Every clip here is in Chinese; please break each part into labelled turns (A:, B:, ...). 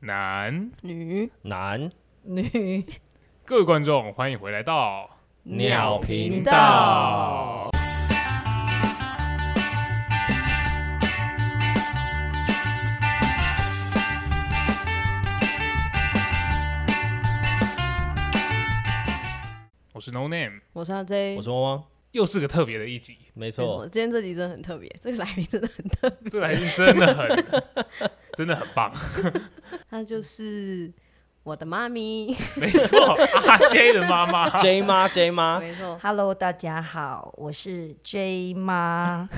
A: 男，
B: 女
C: 男
B: 女
A: 各位观众，欢迎回来到
C: 鸟频
B: 道。
A: 我是 No Name，
B: 我是阿 J，
C: 我是汪汪，
A: 又是个特别的一集，
C: 没
B: 哎我
C: 错，
B: 今天这集真的很特别，这个来宾真的很特别，
A: 这来宾真的很， 真的很棒，
B: 她啊就是我的妈咪，
A: 没错，阿 J 的妈妈，
C: J 妈 J 妈，
B: 没错，
D: Hello，大家好，我是 J 妈。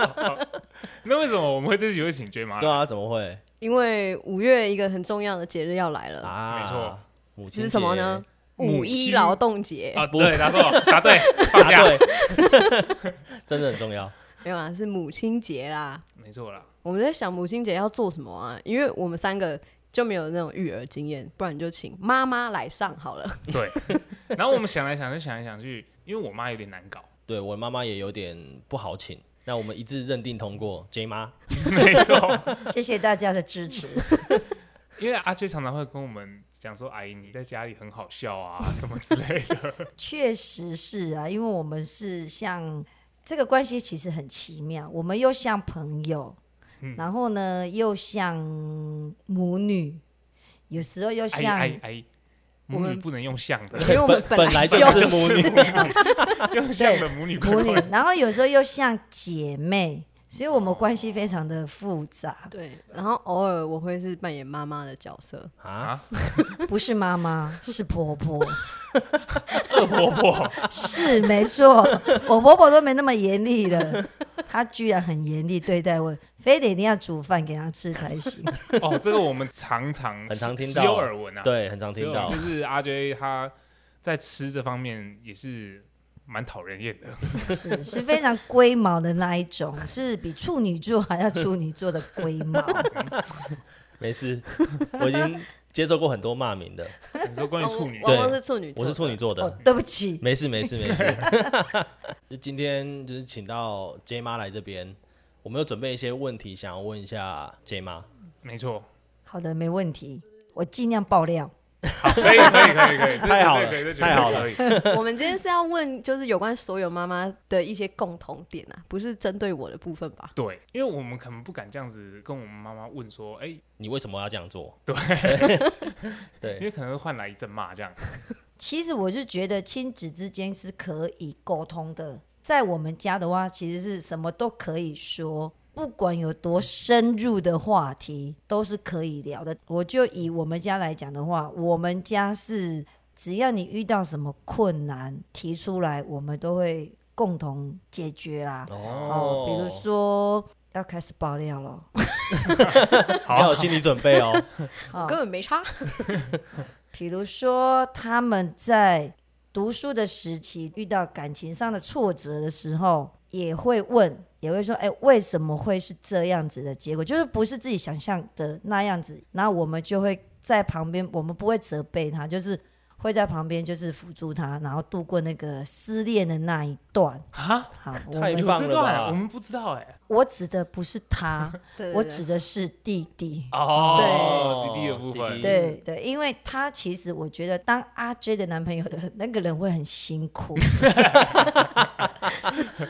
A: 那为什么我们会这集会请 J 妈？
C: 对啊，怎么会
B: 因为五月一个很重要的节日要来了，
C: 啊？
A: 没错，
C: 母亲
B: 呃是什么呢？？
A: 母
B: 五
A: 亲
B: 一劳动节，
A: 啊，对，答错，答对，放
C: 答
A: 假，
C: 啊 对，真的很重要。
B: 没有啊，是母亲节啦。
A: 没错啦，
B: 我们在想母亲节要做什么啊？因为我们三个就没有那种育儿经验，不然你就请妈妈来上好 了。
A: 对。然后我们想来想去，想来想去，因为我妈有点难搞，
C: 对我妈妈也有点不好请，那我们一致认定通过 J 妈，
A: 没错，
D: 谢谢大家的支持。
A: 因为阿 J 常常会跟我们讲说：“阿姨，你在家里很好笑啊，什么之类的。
D: 确实是啊，因为我们是像这个关系其实很奇妙，我们又像朋友，
A: 嗯
D: 然后呢又像母女，有时候又”
A: 阿姨，
D: 像
A: 阿姨，阿姨，母
B: 我
A: 女
B: 们
A: 不能用像的，
B: 因为我们
C: 本
B: 来
C: 来
B: 就
C: 就
A: 就是是
C: 母女，
A: 用像的母女怪
D: 母女
A: 怪，
D: 然后有时候又像姐妹，所以我们关系非常的复杂，
B: 对，然后偶尔我会是扮演妈妈的角色，
C: 啊，
A: 啊，
D: 不是妈妈，是婆婆。
A: 恶婆婆，
D: 是没错，我婆婆都没那么严厉了，她居然很严厉对待我，非得一定要煮饭给她吃才行。
A: 哦，这个我们常常
C: 很常听
A: 时
C: 到
A: 有耳闻啊，
C: 对，很常
A: 时有
C: 听
A: 耳闻，
C: 到
A: 就，是阿 J 他在吃这方面也是蛮讨人厌的，
D: 是是非常龟毛的那一种，是比处女座还要处女座的龟毛。
C: 没事，我已经接受过很多骂名的，
A: 你说关于处女
B: 哦我
C: 对
B: 汪汪是处女座，
C: 我是处女座
D: 哦
C: 的，，
D: 对不起，
C: 没事没事没事。 就今天就是请到 J 妈来这边，我们有准备一些问题想要问一下 J 妈。
A: 没错，
D: 好的，没问题，我尽量爆料。
A: 好，可以，可以，可以，可以，这
C: 太好
A: 绝对
C: 了
A: 可以这绝对
C: 太好了
A: 可以
B: 我们今天是要问，就是有关所有妈妈的一些共同点啊，不是针对我的部分吧？
A: 对，因为我们可能不敢这样子跟我们妈妈问说，哎，
C: 你为什么要这样做？
A: 对因
C: 对，
A: 为可能会换来一阵骂 这样，
D: 其实我是觉得亲子之间是可以沟通的，在我们家的话，其实是什么都可以说，不管有多深入的话题都是可以聊的。我就以我们家来讲的话，我们家是只要你遇到什么困难提出来，我们都会共同解决啦。哦，比如说要开始爆料了，
C: 要
A: 好
C: 有，心理准备哦。
D: 哦
B: 根本没差。
D: 比如说他们在读书的时期遇到感情上的挫折的时候，也会问，也会说：“哎，为什么会是这样子的结果？就是不是自己想象的那样子。”那我们就会在旁边，我们不会责备他，就是会在旁边就是辅助他，然后度过那个失恋的那一段。
A: 啊，
D: 好，我
C: 太
D: 们
C: 棒
A: 这
C: 了
A: 段
C: 吧
A: 我们不知道哎，
D: 我指的不是他，
B: 对
D: 我指的是弟弟。
A: 哦，
C: 对
A: 弟弟的部分，
C: 弟弟
D: 对对，因为她其实我觉得当阿 J 的男朋友的那个人会很辛苦，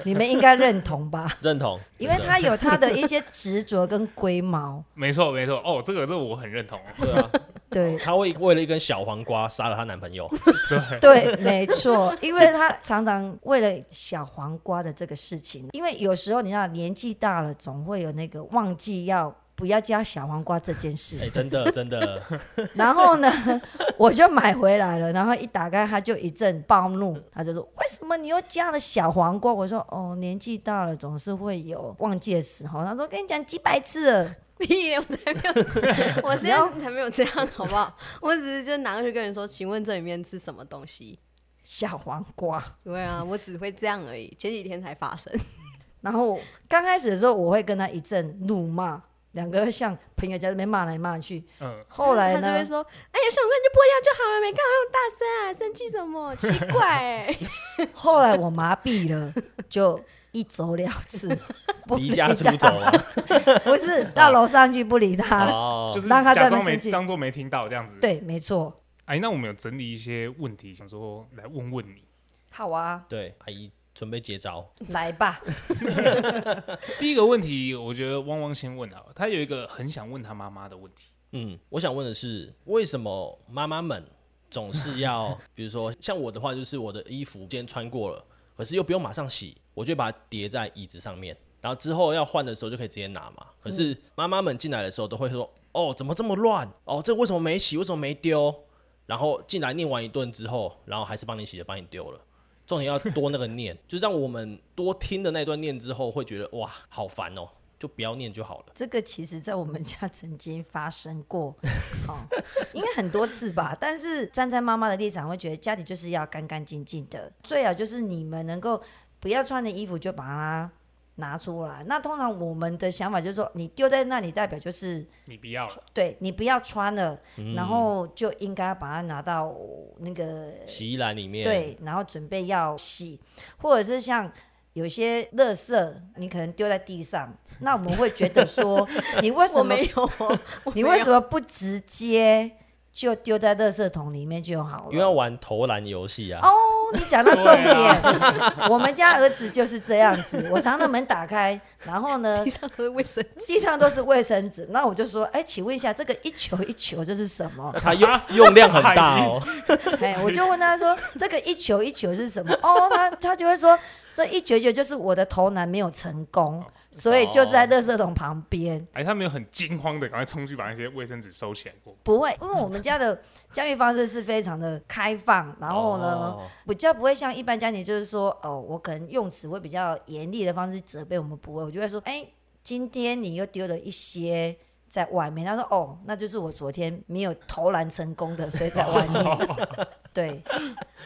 D: 你们应该认同吧？
C: 认同，
D: 因为
C: 真的
D: 他有他的一些执着跟龟毛，
A: 没错没错，哦，这个这个我很认同，
C: 对啊，
D: 对
C: 他为为了一根小黄瓜杀了她男朋友，
D: 对，没错，因为他常常为了小黄瓜的这个事情，因为有时候你知道年纪大了，总会有那个忘记要不要加小黄瓜这件事
C: 哎、，真的真的，
D: 然后呢，我就买回来了，然后一打开，他就一阵暴怒，他就说：“为什么你又加了小黄瓜？”我说：“哦，年纪大了，总是会有忘记的时候。”他说：“跟你讲几百次了，
B: 屁，我才没有， 我现在才没有这样，好不好？我只是就拿过去跟人说，请问这里面是什么东西？
D: 小黄瓜。
B: 对啊，我只会这样而已，前几天才发生。”
D: 然后刚开始的时候，我会跟他一阵怒骂，两个像朋友在那边骂来骂去。
A: 嗯，
D: 后来
B: 他就
D: 呢
B: 会，说：“哎呀，小哥你就播掉就好了，没看到那么大声啊，生气什么？奇怪、欸。
D: 后来我麻痹了，就一走了 之，不
C: 离
D: 理
C: 家出
D: 他
C: 走啊，
D: 不是到楼上去不理他。
C: 哦
A: 就是
D: 让他在
A: 假
D: 那
A: 装没
D: 生气
A: 当做没听到这样子。，
D: 对，没错。
A: 哎，那我们有整理一些问题，想说来问问你。
D: 好啊，
C: 对，阿姨准备接招，
D: 来吧。
A: 第一个问题，我觉得汪汪先问好了，他有一个很想问他妈妈的问题。
C: 嗯，我想问的是，为什么妈妈们总是要， 比如说像我的话，就是我的衣服今天穿过了，可是又不用马上洗，我就把它叠在椅子上面，然后之后要换的时候就可以直接拿嘛。可是妈妈们进来的时候都会说，哦，怎么这么乱？哦，这为什么没洗？为什么没丢？然后进来念完一顿之后，然后还是帮你洗的，帮你丢了。重点要多那个念， 就让我们多听的那段念之后，会觉得哇，好烦哦，就不要念就好了。
D: 这个其实，在我们家 曾经发生过，好、应该很多次吧。但是站在妈妈的立场，会觉得家里就是要干干净净的，最好就是你们能够不要穿的衣服就把它拿出来。那通常我们的想法就是说，你丢在那里，代表就是
A: 你不要了，
D: 对你不要穿了，然后就应该把它拿到那个
C: 洗衣篮里面，
D: 对，然后准备要洗，或者是像有些垃圾，你可能丢在地上，那我们会觉得说，你为什
B: 我
D: 么
B: 没有哦，我
D: 你
B: 没
D: 为
B: 有
D: 什么不直接就丢在垃圾桶里面就好
C: 因为要
D: 了？
C: 玩投篮游戏啊。
D: 哦，你讲到重
A: 对
D: 点，
A: 啊
D: 我们家儿子就是这样子，我常常门打开，然 后呢
B: 地，上都是卫生纸，
D: 地上都是卫生纸，那我就说，哎，请问一下，这个一球一球这是什么？
C: 它用 用量很大哦，
D: 哎，我就问他说：“这个一球一球是什么？”哦，他他就会说：“这一球一球就是我的投篮没有成
C: 哦
D: 功，所以就在垃圾桶旁边。
A: 哎，他没有很惊慌的，赶快冲去把那些卫生纸收起来过。”
D: 不会，因为我们家的教育方式是非常的开放，然后呢，
C: 哦
D: 比较不会像一般家庭，就是说，哦，我可能用词会比较严厉的方式责备我们，不会，我就会说，哎，今天你又丢了一些在外面。他说，哦，那就是我昨天没有投篮成功的，所以在外面。 对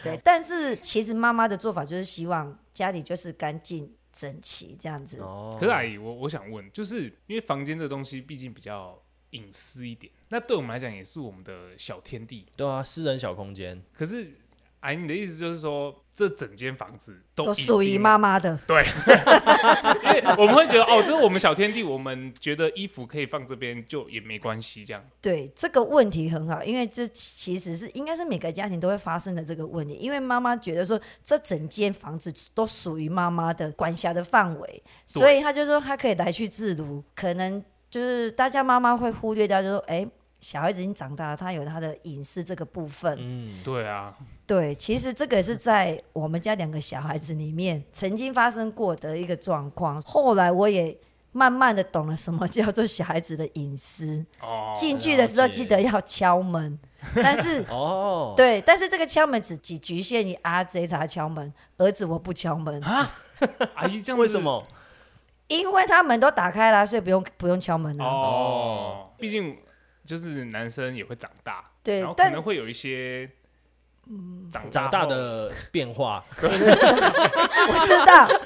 D: 对，但是其实妈妈的做法就是希望家里就是干净整齐这样子。
C: 哦
A: 可是阿姨，我我想问，就是因为房间这东西毕竟比较隐私一点，那对我们来讲也是我们的小天地。
C: 对啊，私人小空间，
A: 可是阿姨，你的意思就是说，这整间房子都
D: 都
A: 一定
D: 属于妈妈的，
A: 因为我们会觉得哦，这是我们小天地，我们觉得衣服可以放这边就也没关系，这样
D: 对这个问题很好，因为这其实是应该是每个家庭都会发生的这个问题，因为妈妈觉得说这整间房子都属于妈妈的管辖的范围，
A: 对
D: 所以她就说她可以来去自如，可能就是大家妈妈会忽略掉，就说哎。小孩子已经长大了，他有他的隐私这个部分。
C: 嗯，
A: 对啊，
D: 对，其实这个是在我们家两个小孩子里面曾经发生过的一个状况。后来我也慢慢的懂了什么叫做小孩子的隐私。
A: 哦，
D: 进去的时候
C: 了解
D: 记得要敲门，但 是
C: 哦，
D: 对，但是这个敲门只只局限于阿 J 才敲门，儿子我不敲门，
A: 啊，阿姨这样子
C: 为什？么？
D: 因为他门都打开了，啊所以不用不用敲门了、啊
A: 哦，毕竟就是男生也会长大，
D: 对
A: 然后可
D: 但嗯
A: 能会有一些长
C: 长大
A: 后
C: 的变 化，
D: 我知道，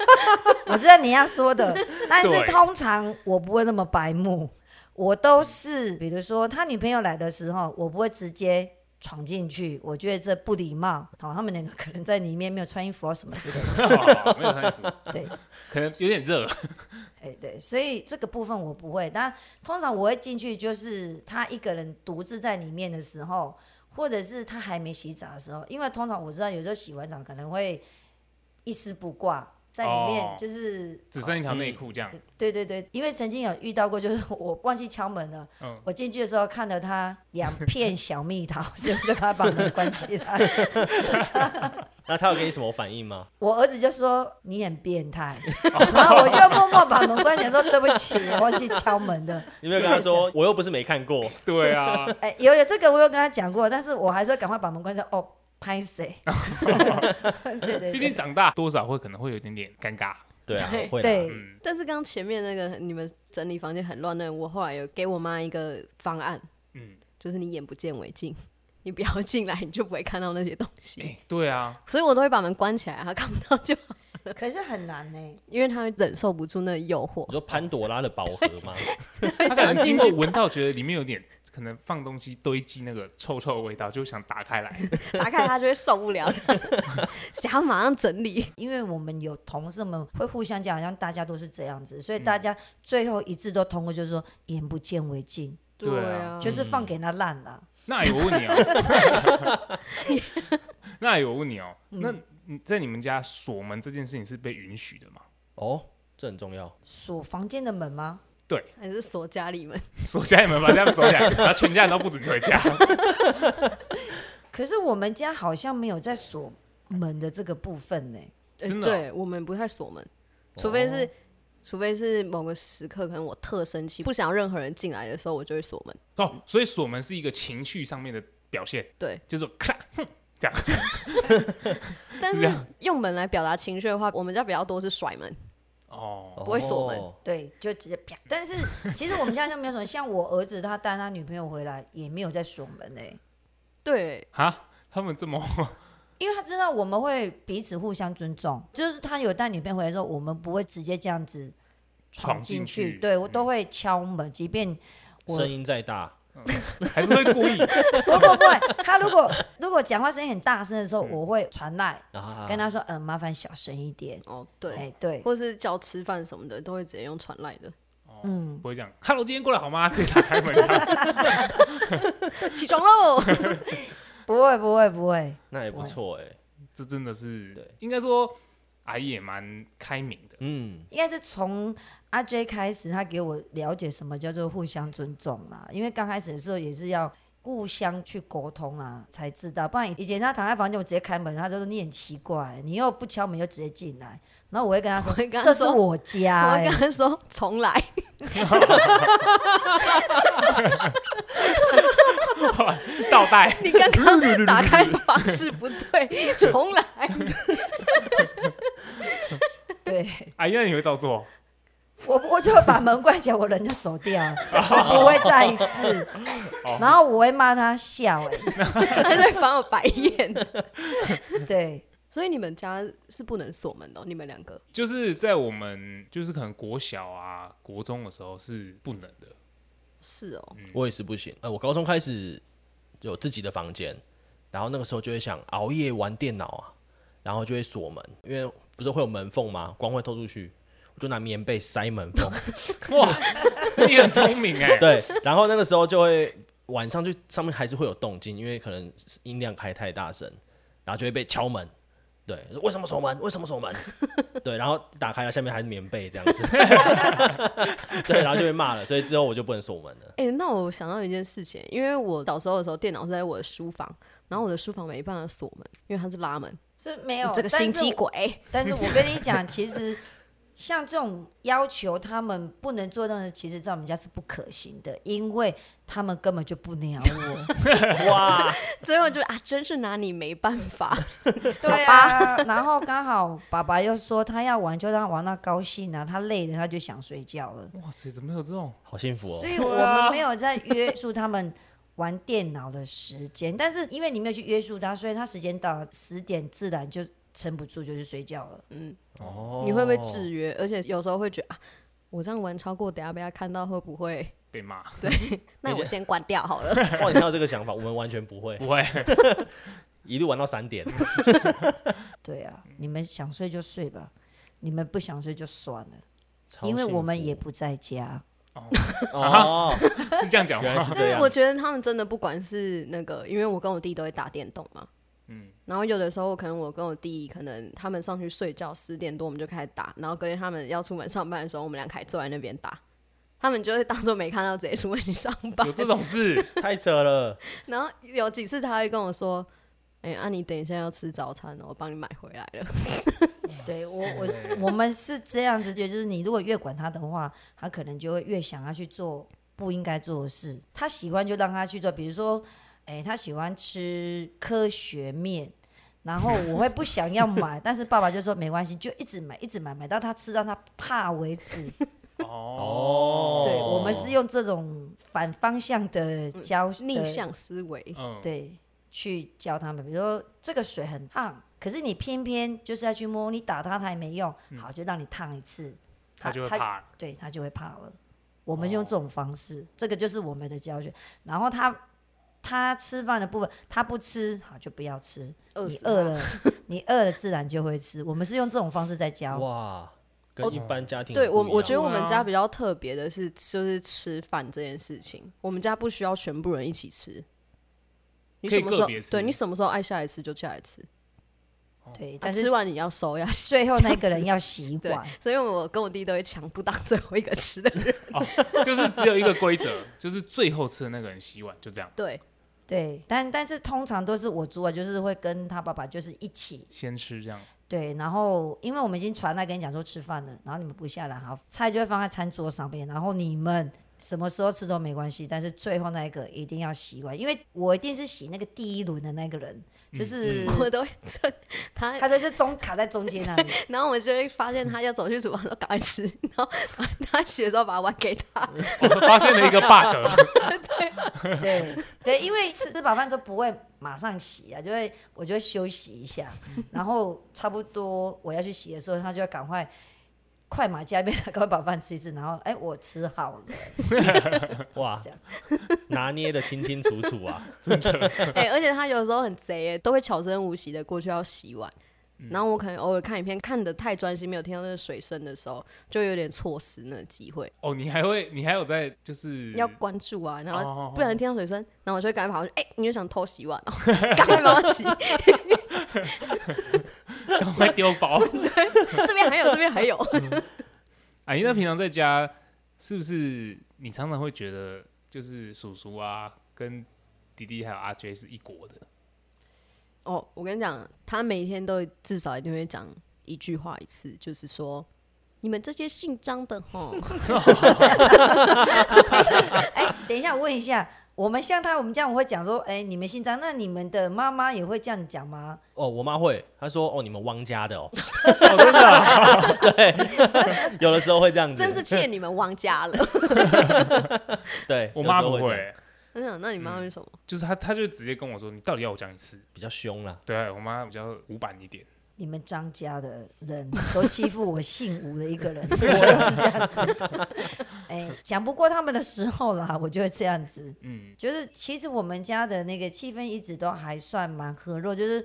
D: 我知道 你要说的，但是
A: 对
D: 通常我不会那么白目，我都是比如说他女朋友来的时候，我不会直接。闯进去，我觉得这不礼貌。好、他们两个可能在里面没有穿衣服啊什么之类的。
A: 哦没有穿衣服，
D: 对，
A: 可能有点热，
D: 哎，对，所以这个部分我不会，但通常我会进去，就是他一个人独自在里面的时候，或者是他还没洗澡的时候，因为通常我知道有时候洗完澡可能会一丝不挂，在里
A: 哦
D: 面就是、
A: 只剩一条内裤这样。
D: 对对对，因为曾经有遇到过，就是我忘记敲门了，
A: 嗯，
D: 我进去的时候看到他两片小蜜桃，所以我就把他把门关起来。
C: 那他有给你什么反应吗？
D: 我儿子就说你很变态，
A: 哦
D: 然后我就默默把门关起来，说对不起，我忘记敲门 了。
C: 你有没有跟他说，我又不是没看过，
A: 对啊，
D: 哎，有有这个我有跟他讲过，但是我还是会赶快把门关上。哦，拍谁？对对
A: 毕竟
D: 对，
A: 长大多少会可能会有一点点尴尬。
C: 对啊
B: 对，
C: 会啦，
D: 对
A: 嗯，
B: 但是刚前面那个你们整理房间很乱，那个我后来有给我妈一个方案，
A: 嗯，
B: 就是你眼不见为净，你不要进来，你就不会看到那些东西。
A: 哎，对啊，
B: 所以我都会把门关起来，她看不到就好，
D: 可是很难呢。
B: 因为她会忍受不住那个诱惑
C: 你。说潘朵拉的宝盒吗？
A: 他可能经过闻到觉得里面有点，可可能放东西堆积那个臭臭的味道，就想打开来。
B: 打开它就会受不了，这 样想要马上整理。
D: 因为我们有同事们会互相讲，好像大家都是这样子，
A: 嗯
D: 所以大家最后一致都通过，就是说眼不见为净，
A: 对啊
D: 就是放给他烂了。
A: 那有我问你哦， 那有我问你哦，那你在你们家锁门这件事情是被允许的吗？
C: 哦，这很重要。
D: 锁房间的门吗？
B: 还是锁家里门，
A: 锁起来有没有把家门锁起来，然后全家人都不准回家。
D: 可是我们家好像没有在锁门的这个部分呢、
B: 哎
A: 真的哦
B: 对我们不太锁门，除非是、除非是某个时刻，可能我特生气，不想要任何人进来的时候，我就会锁门。
A: 哦，所以锁门是一个情绪上面的表现，
B: 对，
A: 就是咔，哼，
B: 但
A: 这
B: 是
A: 样
B: 用门来表达情绪的话，我们家比较多是甩门，
A: 哦，
B: 不会锁门
C: 哦
D: 对，就直接啪。但是其实我们家就没有什么，像我儿子他带他女朋友回来也没有在锁门呢、
B: 对，
A: 哈，他们这么
D: 因为他知道我们会彼此互相尊重，就是他有带女朋友回来的时候，我们不会直接这样子
A: 闯
D: 进
A: 进去，
D: 对我都会敲门，即便我
C: 声音再大，
A: 还是会故意
D: 不不不会，他如果如果讲话声音很大声的时候，我会传来
C: 啊
D: 跟他说，嗯，麻烦小声一点。
B: 哦对，
D: 哎，对，
B: 或是叫吃饭什么的，都会直接用传来的，
D: 嗯，
A: 不会这样。Hello，今天 过来好吗？自己打开门，
B: 起床 喽。
D: 不会不会不会，
C: 那也不错哎。
A: 这真的是
C: 对，
A: 应该说阿姨也蛮开明的。
C: 嗯，
D: 应该是从阿 J 开始，他给我了解什么叫做互相尊重啦、因为刚开始的时候也是要。互相去沟通啊，才知道。不然以前他躺在房间，我直接开门，他就说你很奇怪，你又不敲门就直接进来。然后我会跟他说，
B: 我会跟他
D: 这是
B: 说
D: 我家、
B: 我
D: 欸。
B: 跟他说重来，
A: 倒带，
B: 你刚刚打开的方式不 对，重来。
D: 对，
A: 阿姨那你会照做？
D: 我我就会把门关起来，我人就走掉了，我不会再一次。然后我会骂他笑、欸，
B: 他在翻我白眼。
D: 对，
B: 所以你们家是不能锁门的哦、你们两个
A: 就是在我们就是可能国小啊、国中的时候是不能 的。
B: 是哦，
A: 嗯
C: 我也是不行。呃，我高中开始有自己的房间，然后那个时候就会想熬夜玩电脑啊，然后就会锁门，因为不是会有门缝吗？光会透出去，我就拿棉被塞门 缝。
A: 哇，你很聪明哎、
C: 对，然后那个时候就会晚上就上面还是会有动静，因为可能音量开太大声，然后就会被敲门。对，为什么锁门？为什么锁门？对，然后打开了，下面还是棉被这样子。 对，然后就被骂了，所以之后我就不能锁门了。
B: 哎、那我想到一件事情，因为我小时候的时候，电脑是在我的书房，然后我的书房没办法锁门，因 为它是拉门。
D: 是没有
B: 你这个
D: 但
B: 心
D: 是
B: 机鬼，
D: 但是我跟你讲，其实像这种要求他们不能做到的，其实在我们家是不可行的，因为他们根本就不鸟我。
C: 哇，
B: 最后就啊，真是拿你没办 法。
D: 对啊，然后刚好爸爸又说他要玩就让他玩到高兴啊，他累了他就想睡觉了，
A: 哇塞，怎么有这种？
C: 好幸福哦
D: 所！以我们没有在约束他们。玩电脑的时间，但是因为你没有去约束他，所以他时间到了十点，自然就撑不住，就去睡觉了。
C: 哦
B: 你会不会制约？而且有时候会觉得啊，我这样玩超过，等下被他看到会不会？
A: 被骂
B: 那我
C: 你这
B: 先关掉 好了。
A: 啊
C: 哇，你还有这个想法，我们完全不会，
A: 不会？
C: 一路玩到三点。
D: 对啊，你们想睡就睡吧，你们不想睡就算了。
C: 超
D: 因为
C: 幸
D: 我们
C: 福
D: 也不在家。
C: 哦，
A: 是这样讲
C: 原来
A: 吗？
C: 是这
B: 但
C: 样
B: 是我。觉得他们真的不管是那个，因为我跟我弟都会打电动嘛，嗯，然后有的时候可能我跟我弟可能他们上去睡觉十点多我们就开始打，然后隔天他们要出门上班的时候，我们俩还坐在那边打。他们就会当做没看到，直接出门去上班
A: 有。这种事？
C: 太扯了，
B: 然后有几次他会跟我说：“哎、啊，你等一下要吃早餐哦，我帮你买回来了。
D: 对我，我是我们是这样子觉得，就是你如果越管他的话，他可能就会越想要去做不应该做的事。他喜欢就让他去做，比如说，哎，他喜欢吃科学面。然后我会不想要 买，但是爸爸就说没关系，就一直买，一直买，买到他吃到他怕为止。
A: 哦，
D: 对我们是用这种反方向的教、”
B: 逆
D: 的
B: 向思维，
A: 嗯，
D: 对，去教他们，比如说这个水很烫，可是你偏偏就是要去摸，你打它它也没用，好，就让你烫一次，
A: 他就会怕了。
D: 对它就会怕了。我们就用这种方式，这个就是我们的教学。然后他他吃饭的部分，他不吃好就不要吃，
B: 饿
D: 你
B: 死
D: 饿
B: 他
D: 了 你饿了自然就会吃。我们是用这种方式在教，
C: 哇，跟一般家庭
B: 对
C: 很
B: 我，
C: 不一
B: 我
C: 样
B: 觉得我
A: 对
B: 们
A: 啊
B: 家比较特别的是，就是吃饭这件事情，我们家不需要全部人一起吃。你
A: 可以
B: 什么时候
A: 个别吃
B: 对你什么时候爱下来吃就下来吃，
D: 对，
B: 但
D: 但
B: 啊吃
D: 是
B: 完你要收呀。
D: 最后那个人要洗
B: 对
D: 碗。，
B: 所以我跟我弟都会强不当最后一个吃的人。
A: 就是只有一个规则，就是最后吃的那个人洗碗，就这样，
B: 对，
D: 对，但但是通常都是我主管，就是会跟他爸爸就是一起
A: 先吃这样。
D: 对，然后因为我们已经传来跟你讲说吃饭了，然后你们不下来，好，菜就会放在餐桌上面，然后你们什么时候吃都没关系，但是最后那一个一定要洗碗，因为我一定是洗那个第一轮的那个人，就是、
B: 我都会趁他
D: 嗯他就是中卡在中间那里，
B: 然后我就会发现他要走去厨房说赶快吃，然后赶快他洗的时候把碗给他。
A: 我哦发现了一个 bug，
D: 对对，因为吃吃饱饭之后不会马上洗啊，就会我就会休息一下，然后差不多我要去洗的时候，他就要赶快。快马加鞭， 赶快把饭吃一吃，然后哎、我吃好了，
C: 哇
D: 这样，
C: 拿捏的清清楚 楚啊，
B: 哎、而且他有时候很贼耶，都会悄声无息的过去要洗碗。
A: 嗯
B: 然后我可能偶尔看影片看的太专心，没有听到那个水声的时候，就有点错失那个机会。
A: 哦，你还会，你还有在就是
B: 要关注啊，然
A: 嗯哦哦
B: 后
A: 哦
B: 不然听到水声，然后我就会赶快跑过去，哎、你又想偷洗碗哦， 赶快帮我洗，
A: 赶快丢包。
B: 这边还有，这边还有。
A: 阿姨，那平常在家是不是你常常会觉得，就是叔叔啊，跟弟弟还有阿 J 是一国的？
B: 哦，我跟你讲，他每天都至少一定会讲一句话一次，就是说你们这些姓张的 吼，
D: 哎、等一下，我问一下，我们像他，我们这样我会讲说，哎、你们姓张，那你们的妈妈也会这样讲吗？
C: 哦，我妈会，她说：“哦，你们汪家 的哦，真的、对，有 的时候会这样子，
B: 真是欠你们王家了。
C: 对，
A: 我妈
C: 有时
A: 不
C: 候会这样，
A: 会，
B: 我想，那你
A: 嗯
B: 妈会什么？
A: 就是她，她就直接跟我说，你到底要我讲一次？
C: 比较凶啦。
A: 对啊我妈比较古板一点，
D: 你们张家的人都欺负我姓吴的一个人， 我都是这样子。哎、讲不过他们的时候啦，我就会这样子。
A: 嗯，
D: 就是其实我们家的那个气氛一直都还算蛮和乐，就是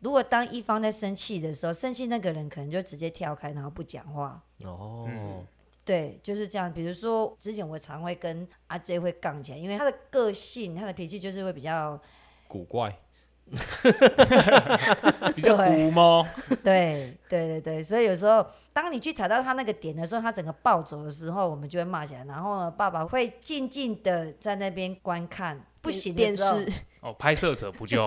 D: 如果当一方在生气的时候，生气那个人可能就直接跳开，然后不讲话。
C: 哦，
A: 嗯
D: 对，就是这样。比如说，之前我常会跟阿 J 会杠起来，因为他的个性、他的脾气就是会比 较
C: 古怪，
A: 比较古吗？
D: 对对对对，所以有时候当你去踩到他那个点的时候，他整个暴走的时候，我们就会骂起来。然后呢，爸爸会静静的在那边观看，不行的
B: 电
D: 时候，
B: 视
A: 哦，拍摄者不就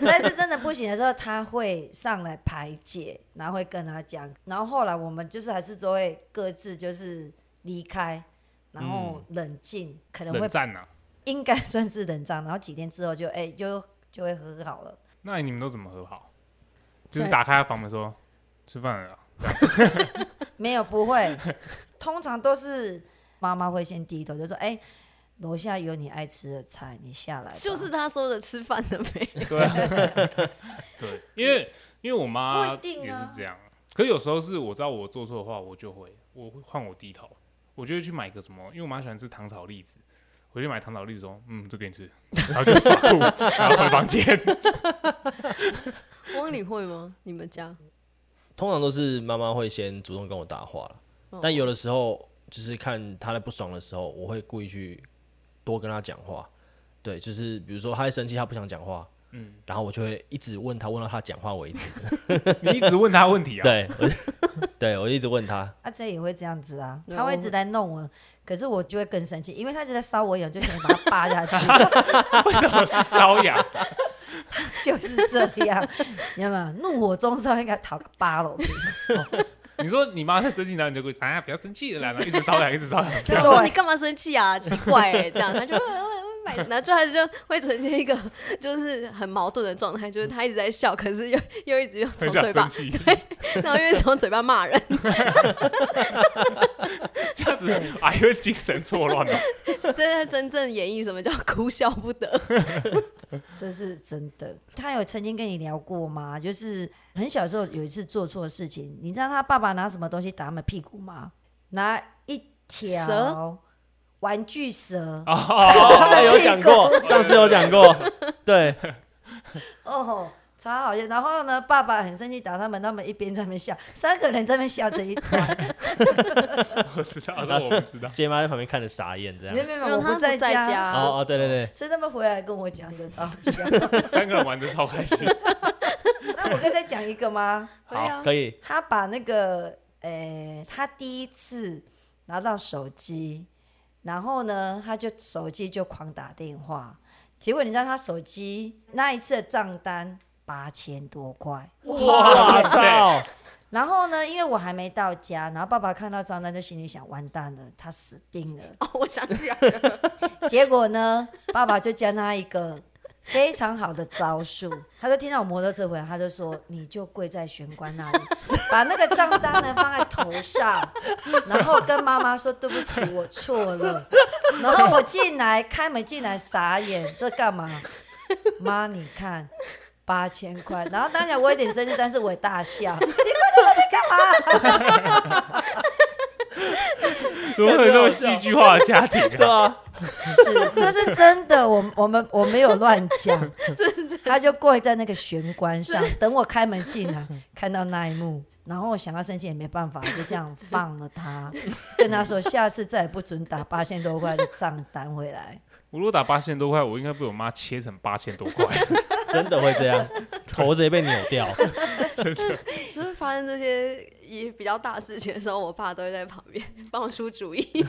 D: 但是真的不行的时候，他会上来排解，然后会跟他讲。然后后来我们就是还是都会各自就是离开，然后
B: 嗯
D: 冷静，可能
A: 冷
D: 会
A: 战啊？
D: 应该算是冷战。然后几天之后就哎、就就会和好了。
A: 那你们都怎么和好？就是
B: 在
A: 打开房门说吃饭了啊，
D: 没有，不会。通常都是妈妈会先低头，就说：“哎、楼下有你爱吃的菜，你下来。”
B: 就是他说的吃饭的没。
A: 对啊，对，因为因为我妈
D: 不一定啊
A: 也是这样，可是有时候是我知道我做错的话，我就会我会换我低头，我就会去买个什么，因为我妈喜欢吃糖炒栗子，我就买糖炒栗子说，嗯，这给你吃，然后就耍酷，然后回房间。
B: 汪，你会吗？你们家？
C: 通常都是妈妈会先主动跟我搭话了，
B: 哦
C: 但有的时候就是看她在不爽的时候，我会故意去多跟她讲话。对，就是比如说她在生气，她不想讲话，嗯，然后我就会一直问她，问到她讲话为止。
A: 你一直问她问题啊，
C: 对，我就对我一直问她，
D: 阿 J 也会这样子啊，
B: 对
D: 他会
B: 我
D: 一直
B: 会
D: 在弄我，可是我就会更生气，因为他一直在搔我痒，就想把他扒下去，
A: 为什么是瘙痒？
D: 就是这样，你知道吗？怒火中烧，应该讨个扒了，
A: 你说你妈在生气，然后你就会哎呀，不要生气了啦，然后一直瘙痒，一直瘙痒。
B: 就说你干嘛生气啊？奇怪、欸，这样他就。呃买，然后就他就会呈现一个就是很矛盾的状态，就是他一直在笑，可是又又一直用从
A: 很想
B: 嘴
A: 生，
B: 巴
A: 气，
B: 然后又一直从嘴巴骂人，
A: 这样子啊，因为精神错乱了。
B: 这是真正演绎什么叫哭笑不得。
D: 这是真的。他有曾经跟你聊过吗？就是很小时候有一次做错事情，你知道他爸爸拿什么东西打他们屁股吗？拿一条、玩具蛇
C: 哦，有讲 过，上次有讲过，对，
D: 哦，超好笑。然后呢，爸爸很生气打他们，他们一边在那边笑，三个人在那边 笑成一团。
A: 我知道，那我不知道。
C: 杰妈在旁边看着傻眼这
D: 没
C: 样。
D: 有没
B: 啊
D: 有，
B: 没
D: 没
B: 有
D: 有我
B: 他
D: 不
B: 不在
D: 家，
B: 家啊
C: 哦哦，对对对，
D: 是他们回来跟我讲的，超好笑。
A: 三个人玩的超开心。
D: 那我可以再讲一个吗？
B: 可以啊
C: 可以，
D: 他把那个，呃，他第一次拿到手机，然后呢，他就手机就狂打电话，结果你知道他手机那一次的账单八千多块，
C: 哇操，
D: 然后呢，因为我还没到家，然后爸爸看到账单就心里想，完蛋了，他死定了。
B: 哦，我想起来了，
D: 结果呢，爸爸就教他一个非常好的招数，他就听到我摩托车回来，他就说：“你就跪在玄关那里， 把那个账单呢放在头上，然后跟妈妈说对不起，我错了。”然后我进来，开门进来，傻眼，这干嘛？妈，你看。八千块，然后当然我有点生气，但是我也大笑。你跪在那边干嘛？
A: 怎么会有这么戏剧化的家庭
C: 对
A: 啊？
C: 啊，
D: 是，这是真的，我我们我没有乱讲，他就跪在那个玄关上，等我开门进来，看到那一幕，然后我想要生气也没办法，就这样放了他，跟他说下次再也不准打八千多块的账单回来。
A: 我如果打八千多块，我应该被我妈切成八千多块。
C: 真的会这样，头直接被扭掉。
B: 就是发生这些也比较大事情的时候，我爸都会在旁边帮我出主意。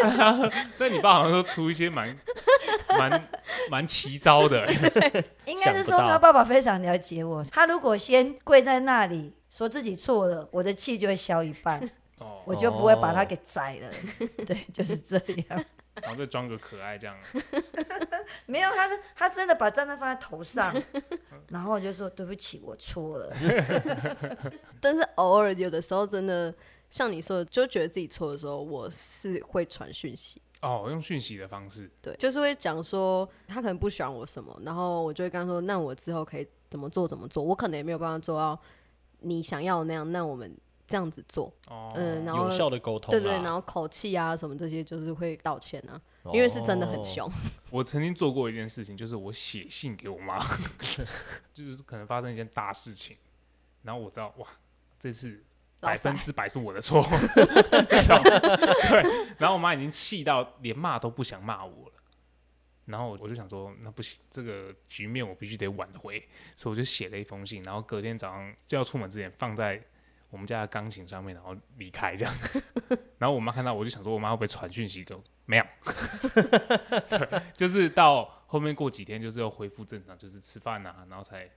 A: 但你爸好像都出一些蛮 蛮蛮奇招的、欸，
D: 应该是说
C: 想不到
D: 他爸爸非常了解我，他如果先跪在那里说自己错了，我的气就会消一半，
A: 哦，
D: 我就不会把他给宰了。对，就是这样。
A: 然后再装个可爱这样。
D: 没有，他是他真的把账单放在头上， 然后我就说对不起，我错了。
B: 但是偶尔有的时候真的像你说的，就觉得自己错的时候，我是会传讯息。
A: 哦，用讯息的方式，
B: 对，就是会讲说他可能不喜欢我什么，然后我就会跟他说，那我之后可以怎么做怎么做，我可能也没有办法做到你想要的那样，那我们这样子做，
A: 哦，
B: 嗯， 然后
C: 有效的沟通
B: 对
C: 啦，
B: 对，然后口气啊什么这些就是会道歉啊，因为是真的很
C: 哦
B: 凶，
A: 我曾经做过一件事情，就是我写信给我妈， 就是可能发生一件大事情，然后我知道哇，这次百
B: 老塞
A: 分之百是我的错， 这种对，然后我妈已经气到连骂都不想骂我了，然后我就想说，那不行，这个局面我必须得挽回，所以我就写了一封信，然后隔天早上就要出门之前放在我们家的钢琴上面，然后离开这样。 然后我妈看到我就想说，我妈会不会传讯息给我？没有，对，就是到后面过几天，就是要恢复正常，就是吃饭啊，然后才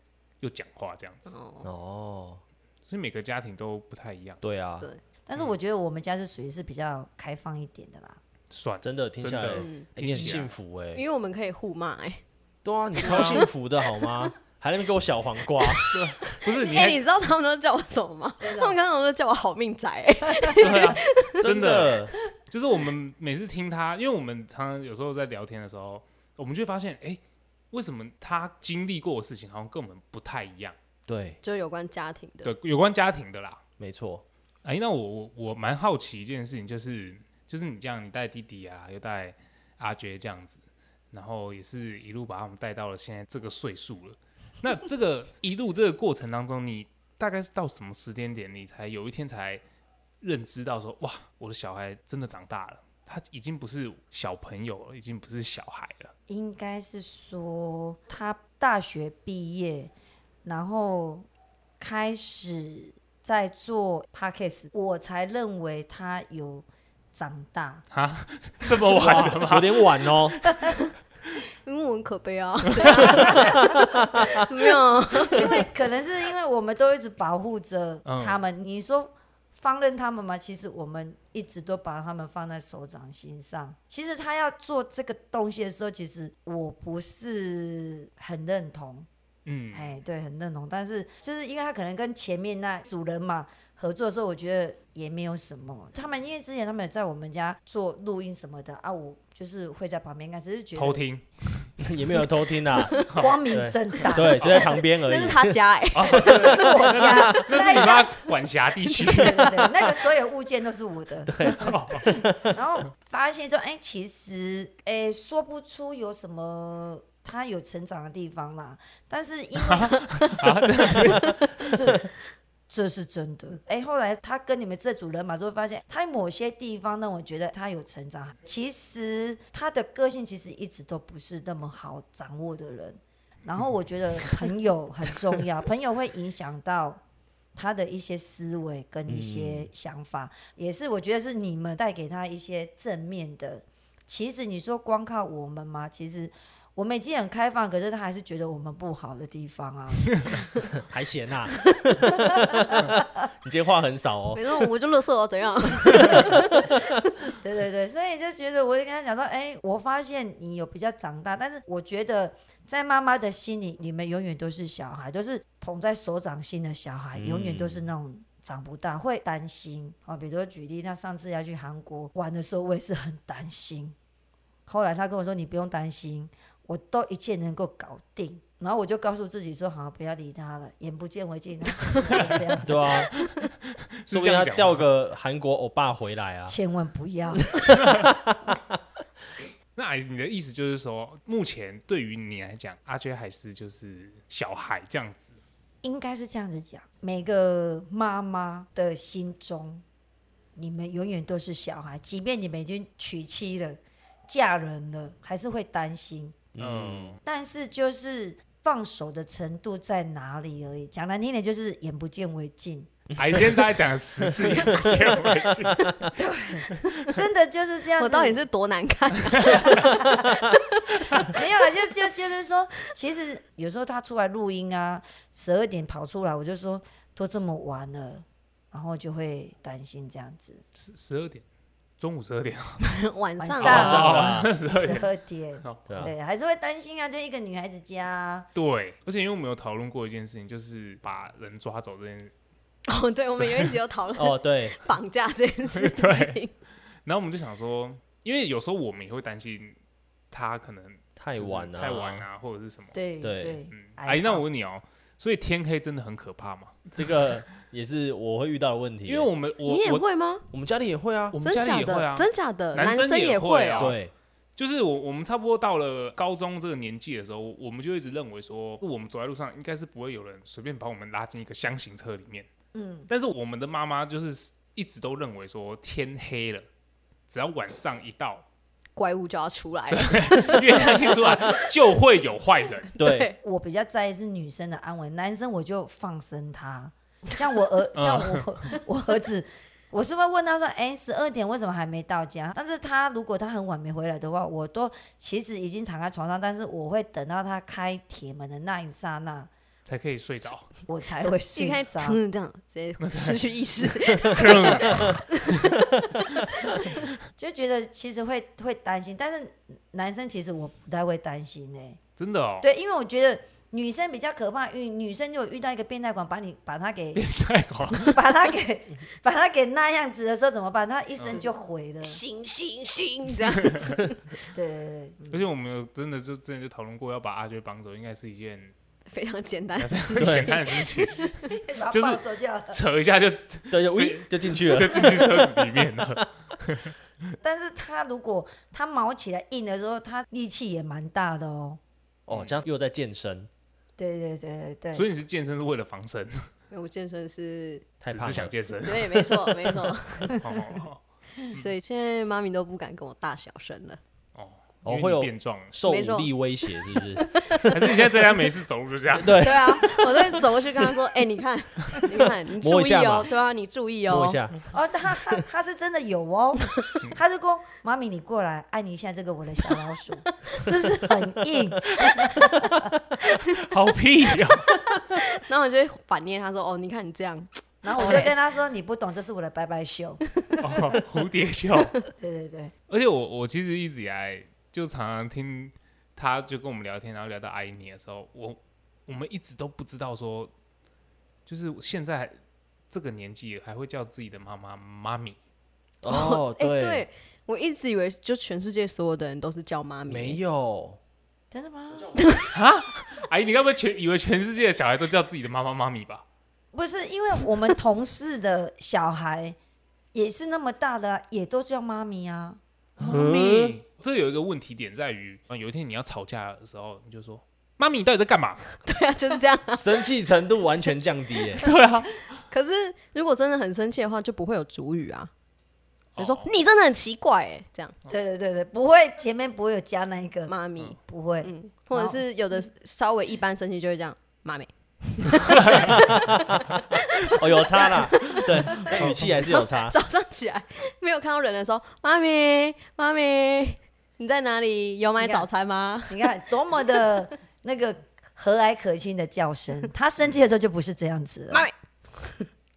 A: 又讲话这样子。
B: 哦，
C: 哦，
A: 所以每个家庭都不太一样，
C: 对啊，
B: 对
D: 但是我觉得我们家是属于是比较开放一点的啦。
A: 算
C: 真的听起来
A: 真的
C: 欸
B: 嗯，
C: 你很幸福哎，
B: 因为我们可以互骂哎、
C: 对啊，你超幸福的好吗？ 还能给我小黄 瓜，
A: 不是你
B: 哎、
A: 还
B: 你知道他们都叫我什么吗？他们刚刚都叫我好命仔、哎，
A: 对啊，
C: 真
A: 真
C: 的
A: 的就是我们每次听他，因为我们常常有时候在聊天的时候，我们就会发现，哎、为什么他经历过的事情好像跟我们不太一样？
C: 对，
B: 就是有关家庭的，
A: 对，有关家庭的啦。
C: 没错，
A: 哎、那我我我蛮好奇一件事情，就是就是你这样，你带弟弟啊，又带阿爵这样子，然后也是一路把他们带到了现在这个岁数了。那这个一路这个过程当中，你大概是到什么时间点，你才有一天才认知到说，哇，我的小孩真的长大了，他已经不是小朋友了，已经不是小孩了。
D: 应该是说他大学毕业，然后开始在做 podcast，我才认为他有长大。
A: 这么晚了吗？
C: 哇 有点晚哦，
B: 因为我很可悲啊， 怎么样？
D: 因为可能是因为我们都一直保护着
A: 嗯
D: 他们，你说放任他们吗？其实我们一直都把他们放在手掌心上。其实他要做这个东西的时候，其实我不是很认同，
A: 嗯，
D: 哎，对，很认同。但是就是因为他可能跟前面那主人嘛合作的时候，我觉得也没有什么。他们因为之前他们有在我们家做录音什么的啊，我就是会在旁边看，只是觉得
A: 偷听
C: 也没有偷 听啊，
D: 光明正大，
C: 对，就在旁边而
B: 那
C: 已
B: 是。他家哎、
D: 这是我家，
A: 那
D: 那
A: 是
D: 一
A: 你
D: 家。
A: 妈管辖地区
D: 对对对，那个所有物件都是我的。然后发现说，哎、其实，哎、说不出有什么他有成长的地方啦。但是因为这这是真的。哎、后来他跟你们这组人马就会发现，他某些地方呢，我觉得他有成长。其实他的个性其实一直都不是那么好掌握的人。然后我觉得朋友很重要，朋友会影响到他的一些思维跟一些想法，也是我觉得是你们带给他一些正面的。其实你说光靠我们吗？其实我们已经很开放，可是他还是觉得我们不好的地方啊。
C: 还嫌啊？ 你今天话很少 哦。
B: 没错，我就乐色哦，怎样？
D: 对对对，所以就觉得我就跟他讲说，哎、我发现你有比较长大，但是我觉得在妈妈的心里，你们永远都是小孩，都是捧在手掌心的小孩，永远都是那种。长不大会担心啊，比如说举例，那上次要去韩国玩的时候，我也是很担心。后来他跟我说：“你不用担心，我都一切能够搞定。”然后我就告诉自己说：“好，不要理他了，眼不见为净。”他 就是这样子
C: 对啊，
A: 是这
C: 说不定
A: 样
C: 他
A: 讲吗
C: 调个韩国欧巴回来啊。
D: 千万不要。
A: 那阿姨你的意思就是说，目前对于你来讲，阿娟还是就是小孩这样子。
D: 应该是这样子讲，每个妈妈的心中，你们永远都是小孩，即便你们已经娶妻了、嫁人了，还是会担心。
A: 嗯，
D: 但是就是放手的程度在哪里而已。讲难听点，就是眼不见为 净。
A: 嗯阿姨今天大概讲了十次，也不见为净。
D: 真的就是这样子。
B: 我到底是多难看？
D: 没有了，啊就就就是说，其实有时候他出来录音啊，十二点跑出来，我就说都这么晚了，然后就会担心这样子。
A: 十十二点，中午十二点， 哦
B: 晚上
D: 晚
C: 晚
D: 上
B: 啊，
C: 上啊，
A: 十二点。
D: 十二点，
C: 对啊，
D: 对，还是会担心啊，就一个女孩子家啊、
A: 对，而且因为我们有讨论过一件事情，就是把人抓走这件事。
B: 哦，对，我们有一集有讨论
C: 哦对，
B: 绑架这件事情
A: 对。然后我们就想说，因为有时候我们也会担心他可能
C: 太
A: 就是
C: 晚了，
A: 太晚。啊，或者是什么。
D: 对
C: 对
D: 对，
A: 嗯，
D: 哎
A: 阿姨，那
D: 好
A: 我问你哦，所以天黑真的很可怕吗？
C: 这个也是我会遇到的问题，
A: 因为我们我
B: 你也
A: 我
B: 会吗？
C: 我们家里也会啊。
A: 我们
B: 真
A: 家
B: 假
A: 里也会啊
B: 的？，真假的？
A: 男
B: 男
A: 生
B: 生
A: 也
B: 也
A: 会啊
B: 哦。
C: 对，
A: 就是我我们差不多到了高中这个年纪的时候，我们就一直认为说，我们走在路上应该是不会有人随便把我们拉进一个箱型车里面。
D: 嗯，
A: 但是我们的妈妈就是一直都认为说，天黑了，只要晚上一到，
B: 怪物就要出来了。
A: 月亮一出来就会有坏人。
C: 对，
D: 我比较在意是女生的安危，男生我就放生他。像我 儿，
C: 嗯
D: 像我我儿子，我是会问他说：“哎、十二点为什么还没到家？”但是他如果他很晚没回来的话，我都其实已经躺在床上，但是我会等到他开铁门的那一刹那，
A: 才可以睡着，
D: 我才会
B: 一
D: 睡
B: 开始
D: 着。
B: 这样直接失去意识，
D: 就觉得其实会会担心，但是男生其实我不太会担心欸呢、
A: 真的哦。
D: 对，因为我觉得女生比较可怕，因为女生就有遇到一个变态狂，把你把她给
A: 太好了，
D: 把她给把她给那样子的时候怎么办？她一生就毁了。
B: 行行行，这样
D: 对对对，
A: 而且我们有真的就之前就讨论过，要把阿娟绑走，应该是一 件
B: 非常简 单的事
A: 很简
B: 情。
A: 单的事情，
D: 把
A: 就是
D: 她抱走就好了。
A: 扯一下就
C: 对，就喂
A: 哎
C: 就进去了。
A: 就进去车子里面了。
D: 但是她如果她毛起来硬的时候，她力气也蛮大的哦。
C: 哦，这样又在健身，
D: 对对对 对
A: 所
D: 对，
A: 以你是健身是为了防身，
B: 没有我健身是，
C: 太
A: 只
C: 怕
A: 是
C: 了
A: 想健 身。
B: 对，没错没错。
A: 哦
B: 所以现在妈咪都不敢跟我大小声了。
A: 哦因
C: 哦
A: 为
C: 会
A: 你
C: 有
A: 变壮了，
C: 受
B: 没
C: 武
B: 错
C: 力威胁，是不是？
A: 还是你现在在家没事走路就这样？
C: 对，
B: 对啊，我都会走过去跟他说：“哎，你看，你看，你注
C: 摸一
B: 意
C: 下
B: 哦
C: 嘛，
B: 对啊，你注意
C: 摸
B: 哦
C: 一。下，
D: 哦，她她她是真的有哦，她就说：“妈咪，你过来按一下这个我的小老鼠，是不是很硬？”
A: 好屁
C: 哦
A: 呀！”
B: 然后我就会反念他说：“哦，你看你这样，
D: 然后我就跟他说：“你不懂，这是我的拜拜袖。
A: 哦蝴蝶袖。”
D: 对对对，
A: 而且我我其实一直以来就常常听他就跟我们聊天，然后聊到阿姨你的时候，我我们一直都不知道说，就是现在这个年纪还会叫自己的妈妈妈咪，
C: 哦，
B: 哎哎，对我一直以为就全世界所有的人都是叫妈咪，
C: 没有，
D: 真的吗？
A: 阿姨，哎你该不会全以为全世界的小孩都叫自己的妈妈妈咪吧？
D: 不是，因为我们同事的小孩也是那么大的啊，也都叫妈咪啊。
A: 妈咪，这有一个问题点在于，呃有一天你要吵架的时候，你就说：“妈咪，你到底在干嘛？”
B: 对啊，就是这样。
C: 生气程度完全降低耶
A: 对啊，
B: 可是如果真的很生气的话，就不会有主语啊。你说、
A: 哦
B: 你真的很奇怪哎、这样
D: 对对对对，不会前面不会有加那一个，
B: 妈咪，
D: 不会。
B: 嗯，或者是有的稍微一般生气就会这样妈咪，
C: 哦，有差啦，对，那语气还是有差。
B: 早上起来没有看到人的时候，妈咪妈咪你在哪里？有买
D: 你看
B: 早餐吗？
D: 你看多么的那个和蔼可亲的 叫声，他生气的时候就不是这样子了。
B: 妈咪，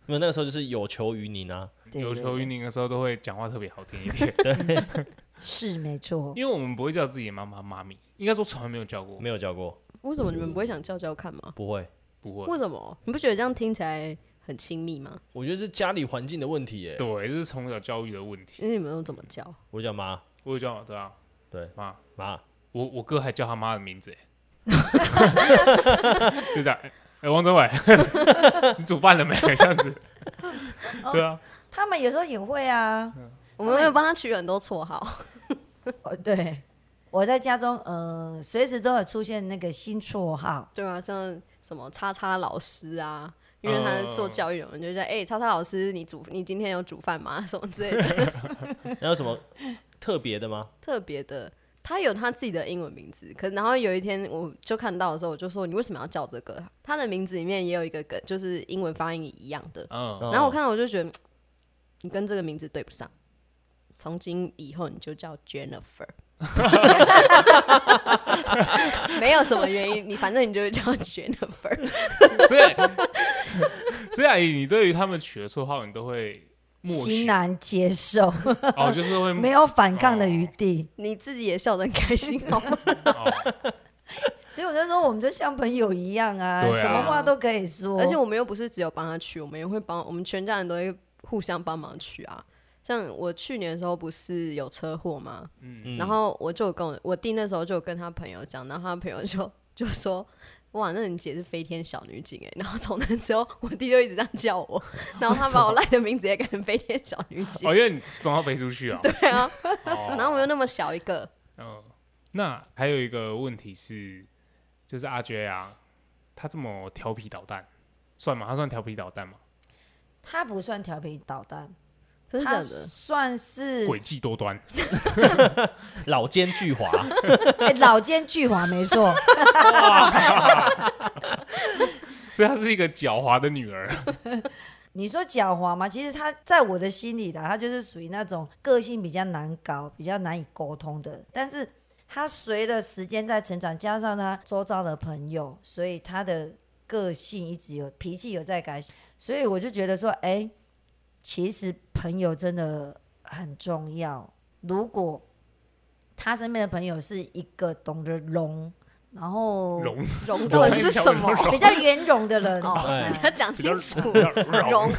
C: 因为那个时候就是有求于您啊，
D: 对
A: 有
D: 对
A: 求于您的时候都会讲话特别好听一 点，
D: 是没错，
A: 因为我们不会叫自己的妈妈妈咪，应该说从来没有叫过，
C: 没有教过，
B: 为什么你们不会想叫叫看吗？
C: 不会。
A: 不会。
B: 为什么？你不觉得这样听起来很亲密吗？
C: 我觉得是家里环境的问题耶。
A: 对，这是从小教育的问题。
B: 因为你们都怎么叫？
C: 我叫妈
A: 我有叫对啊，
C: 对
A: 妈，
C: 妈，
A: 我我哥还叫他妈的名字欸， 就这样。哎、哎王哲伟， 你煮饭了没？这样子，
D: 哦
A: 对啊，
D: 他们有时候也会啊。
A: 嗯
B: 我们没有帮他取很多绰号，
D: 哦， 对，我在家中，嗯、随时都有出现那个新绰号。
B: 对啊，像什么叉叉老师啊，因为他做
A: 嗯
B: 教育的人就在哎、欸叉叉老师，你煮你今天有煮饭吗？什 么之类的，
C: 那有什么特别的吗？
B: 特别的。他有他自己的英文名字，可然后有一天我就看到的时候，我就说你为什么要叫这个？他的名字里面也有一个跟就是英文发音一样的，
A: 嗯，
C: 嗯
B: 然后我看到我就觉得嗯你跟这个名字对不上，从今以后你就叫 Jennifer。没有什么原因，你反正你就是叫 Jennifer。
A: 所以所以阿姨，你对于他们取的绰号，你都会默
D: 欣
A: 许
D: 然 接受，
A: 哦，就是会
D: 没有反抗的余地，
B: 你自己也笑得很开心，好吗？
A: 哦
D: 所以我就说，我们就像朋友一样啊，
A: 对啊
D: 什么话都可以说。
B: 而且 我们又不是只有帮他取，我们也会帮，我们全家人都会互相帮忙取啊。像我去年的时候不是有车祸吗？
C: 嗯
B: 然后我就有跟我我弟那时候就有跟他朋友讲，然后他朋友就 就说：“哇，那你姐是飞天小女警哎。”然后从那之后，我弟就一直这样叫 我，然后他把我赖的名字也改成飞天小女警
A: 哦，。因为你总要飞出去啊、
B: 对啊，
A: 哦。
B: 然后我又那么小一个，
A: 嗯，那还有一个问题是，就是阿娟啊，他这么调皮捣蛋，算吗？他算调皮捣蛋吗？
D: 他不算调皮捣蛋，
B: 真的假
D: 他
B: 的？
D: 算是
A: 诡计多端，
C: 老奸巨猾，
D: 哎老奸巨猾，没错。
A: 所以她是一个狡猾的女儿。
D: 你说狡猾吗？其实他在我的心里啦，他就是属于那种个性比较难搞、比较难以沟通的。但是他随着时间在成长，加上他周遭的朋友，所以他的个性一直有脾气有在改。所以我就觉得说，哎，其实朋友真的很重要。如果他身边的朋友是一个懂得容，然后
A: 容
B: 容到底是什么？
D: 比较圆融的人，
B: 哦，
C: 哎
B: 你要讲清楚。
A: 容
B: 容，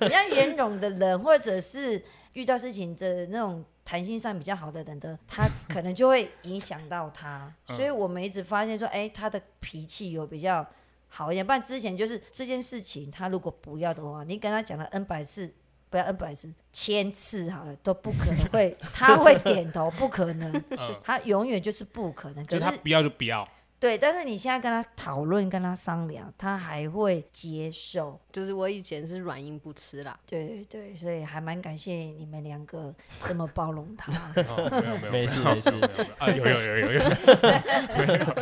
D: 比较圆融的人，或者是遇到事情的那种弹性上比较好的人的，他可能就会影响到他。
A: 嗯
D: 所以我们一直发现说，哎、他的脾气有比较好一点。不然之前就是这件事情，他如果不要的话，你跟他讲了 N 百次。不要 N 百次，千次好了都不可能 会，他会点头，不可能，
A: 嗯，
D: 他永远就是不可能。
A: 就
D: 可
A: 是她
D: 是
A: 不要就不要，
D: 对，但是你现在跟他讨论、跟他商量，他还会接受。
B: 就是我以前是软硬不吃啦，
D: 对对对，所以还蛮感谢你们两个这么包容他。
A: 哦没有没有
C: 没事
A: 没有
C: 没事
A: 没有没有啊，有有有有有，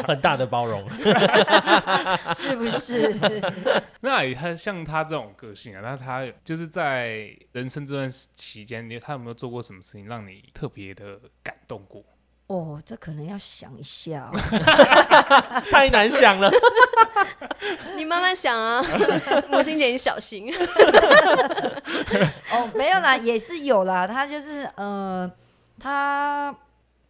C: 很大的包 容。
D: 是不是？
A: 那他像他这种个性啊，那他就是在人生这段期间，你他有没有做过什么事情让你特别的感动过？
D: 哦，这可能要想一下哦、
C: 太难想了。
B: 你慢慢想 啊，母亲姐你小心。
D: 哦，没有啦，也是有啦。他就是呃，他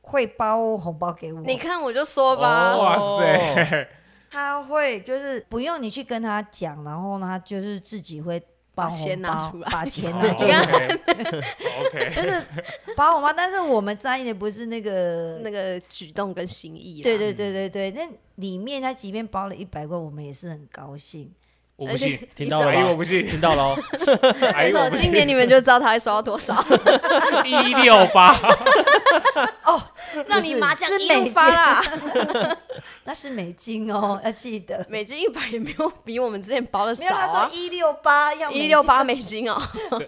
D: 会包红包给我，
B: 你看我就说吧，
A: 哇塞，
D: 他会就是不用你去跟他讲，然后呢，他就是自己会。包
B: 把钱
D: 红
B: 拿
D: 包
B: 出来，
D: 把
A: 哦
D: 钱拿出来，
A: OK，OK，
D: 就是包红包。但是我们在意的不是那个
B: 那个举动跟心意啦。
D: 对对对对对，那里面他即便包了一百块，我们也是很高兴。
A: 我
B: 而
A: 不
B: 且
A: 信，
C: 听到了
A: 哎
C: 吧
A: 呦，我不信，
C: 听到哦喽，
A: 哎
B: 没
A: 呦，
B: 错，
A: 我不
B: 今
A: 信，
B: 年你们就知道他会收到 多少，
A: 一六 八，
B: 让你麻将
D: 不是
B: 一
D: 是
B: 路
D: 美
B: 发啦。
D: 那是美金哦，要记得。
B: 美金一百也没有比我们之前包的
D: 没有，
B: 少
D: 他说
B: 啊，
D: 一六八要
B: 一六八
D: 美啊
B: 美金哦，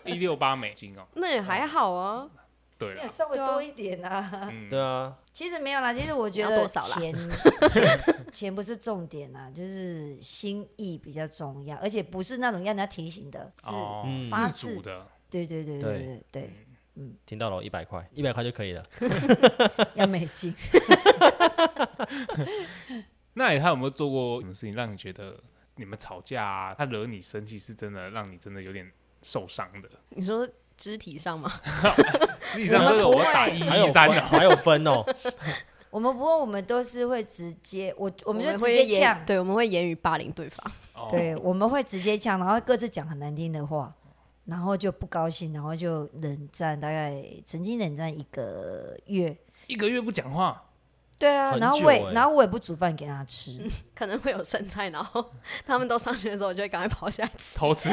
A: 一六八美金哦。
B: 那也还好啊。
A: 对
D: 金，没
A: 了
D: 有，稍微多一点啊。
A: 嗯
C: 对啊，
D: 其实没有啦，其实我觉
B: 你要
D: 得
B: 多少啦
D: 钱钱不是重点啊，就是心意比较重要，而且不是那种让人家提醒的，是，
A: 哦
C: 嗯，
D: 发
A: 自主
D: 自
A: 的，
D: 对对对对对对，
C: 听到了，一百块，一百块就可以了。
D: 要美金。
A: 那你他有没有做过什么事情让你觉得你们吵架啊，他惹你生气是真的让你真的有点受伤的？
B: 你说肢体上吗？
A: 自己上这个
D: 我们不
A: 我打
D: 会
A: 一
C: 还有
A: 一三啊
C: 分，
A: 的，
C: 还有分 哦，
D: 我们不过我们都是会直接，我
B: 我
D: 我们就直
B: 会
D: 接
B: 言
D: 呛，
B: 对，我们会言语霸凌对方。
A: 哦
D: 对，我们会直接呛，然后各自讲很难听的话，然后就不高兴，然后就冷战，大概曾经冷战一个月。
A: 一个月不讲话，
D: 对啊，
C: 很
D: 然后我
C: 久
D: 也
C: 欸
D: 然后我也不煮饭给他吃，
B: 可能会有剩菜，然后他们都上学的时候，我就会赶快跑下来吃，
A: 偷 吃，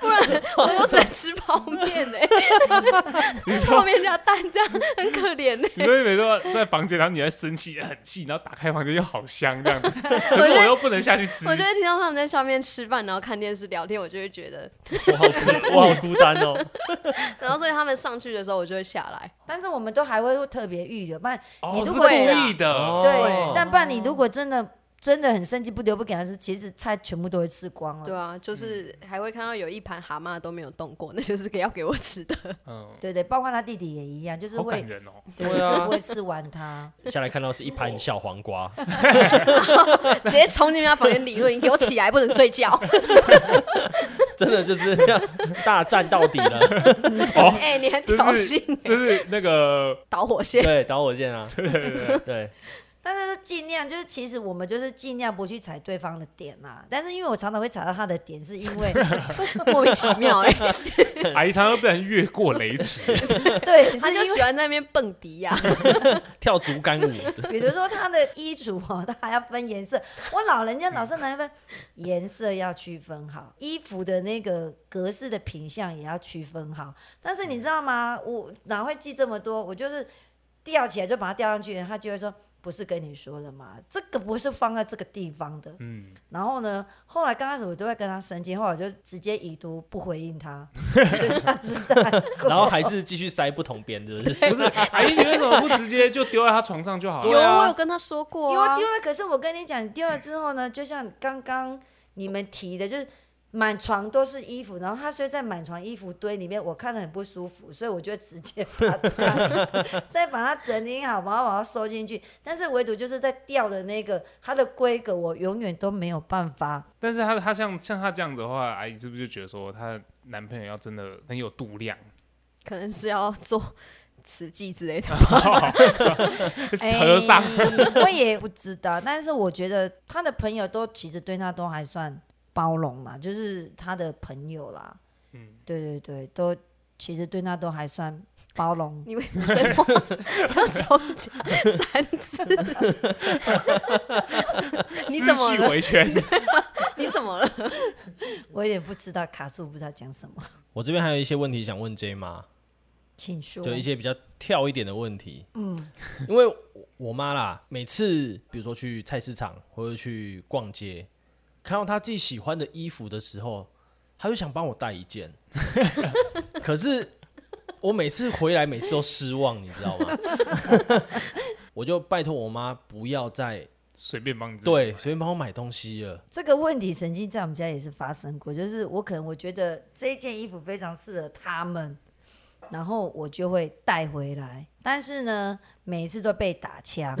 B: 不然我都只能吃泡面呢、欸 泡面加蛋 这样很可怜呢、
A: 你说每次在房间，然后你还生气很气，然后打开房间又好香 这样子，可是我又不能下去吃，
B: 我就会听到他们在下面吃饭，然后看电视聊天，我就会觉 得，
C: 我好 孤，我好孤单哦。
B: 然后所以他们上去的时候，我就会下来。
D: 但是我们都还会特别预留，不然你
A: 哦
D: 如
A: 是
D: 果
A: 故
D: 哦
B: 会啦
A: 意的，
D: 对，但不然你如果真
B: 哦
D: 的真的很生气，不留不给他吃，其实菜全部都会吃光了。
B: 对啊，就是还会看到有一盘蛤蟆都没有动过，那就是给要给我吃 的。
A: 嗯，
D: 对对，包括他弟弟也一样，就是
A: 好
D: 会
A: 感人哦，
D: 对
C: 对啊
D: 就不会吃完 他。
C: 下来看到是一盘小黄瓜，
B: 直接冲进他房间理论，你给我起来，不能睡 觉。
C: 真的就是 这样大战到底了。
A: 哦
B: 哎、你很挑衅，
A: 这是那个，
B: 导火线。
C: 对，导火线啊，
A: 对对对对
C: 对，
D: 但是尽量就是，其实我们就是尽量不去踩对方的点啦、但是因为我常常会踩到他的点，是因 为
B: 莫名其妙 哎、
A: 对阿姨常常不然越过雷池，
D: 对，
B: 他
D: 是
B: 就
D: 因
B: 喜
D: 为
B: 欢在那边蹦迪呀、
C: 跳竹竿舞，
D: 比如说他的衣着哦， 他还要分颜色。我老人家老是难分，颜色要区分好，衣服的那个格式的品相也要区分好。但是你知道吗？我哪会记这么多？我就是吊起来就把它吊上去，他就会说。不是跟你说了吗？这个不是放在这个地方的。
A: 嗯，
D: 然后呢，后来刚开始我都会跟他生气，后来我就直接已读不回应他，就这样子带过。
C: 然后还是继续塞不同边，是不是？
A: 不是，阿姨你为什么不直接就丢在她床上就好
B: 有，
A: 了？
B: 我有跟他说过、
D: 啊因
B: 啊，
D: 为丢了，可是我跟你讲，丢了之后呢，就像刚刚你们提的，就是满床都是衣服，然后他睡在满床衣服堆里面，我看了很不舒服，所以我就直接把它 再把它整理好，然后把它收进去。但是唯独就是在掉的那个，它的规格我永远都没有办法。
A: 但是她她像像她这样子的话，阿姨是不是就觉得说她的男朋友要真的很有度量？
B: 可能是要做慈济之类的。
A: 和尚
D: 哎我也不知道，但是我觉得他的朋友都其实对他都还算包容啦，就是他的朋友啦，
A: 嗯
D: 对对对，都其实对他都还算 包容。
B: 你为什么对 我要重讲三次？ 你怎么
A: 思绪
B: 了？
A: 维权？
B: 你怎么了？
D: 我也不知道卡住，不知道讲什么，
C: 我这边还有一些问题想问 J 妈，
D: 请说。
C: 就一些比较跳一点的问题。嗯，因为我我妈啦，每次比如说去菜市场或者去逛街，看到她自己喜欢的衣服的时候，她就想帮我带一件， 可是我每次回来，每次都失望，你知道吗？ 我就拜托我妈不要再
A: 随便帮你自己
C: 对随便帮我买东西了。
D: 这个问题，曾经在我们家也是发生过，就是我可能我觉得这件衣服非常适合他们，然后我就会带回来，但是呢，每一次都被打枪。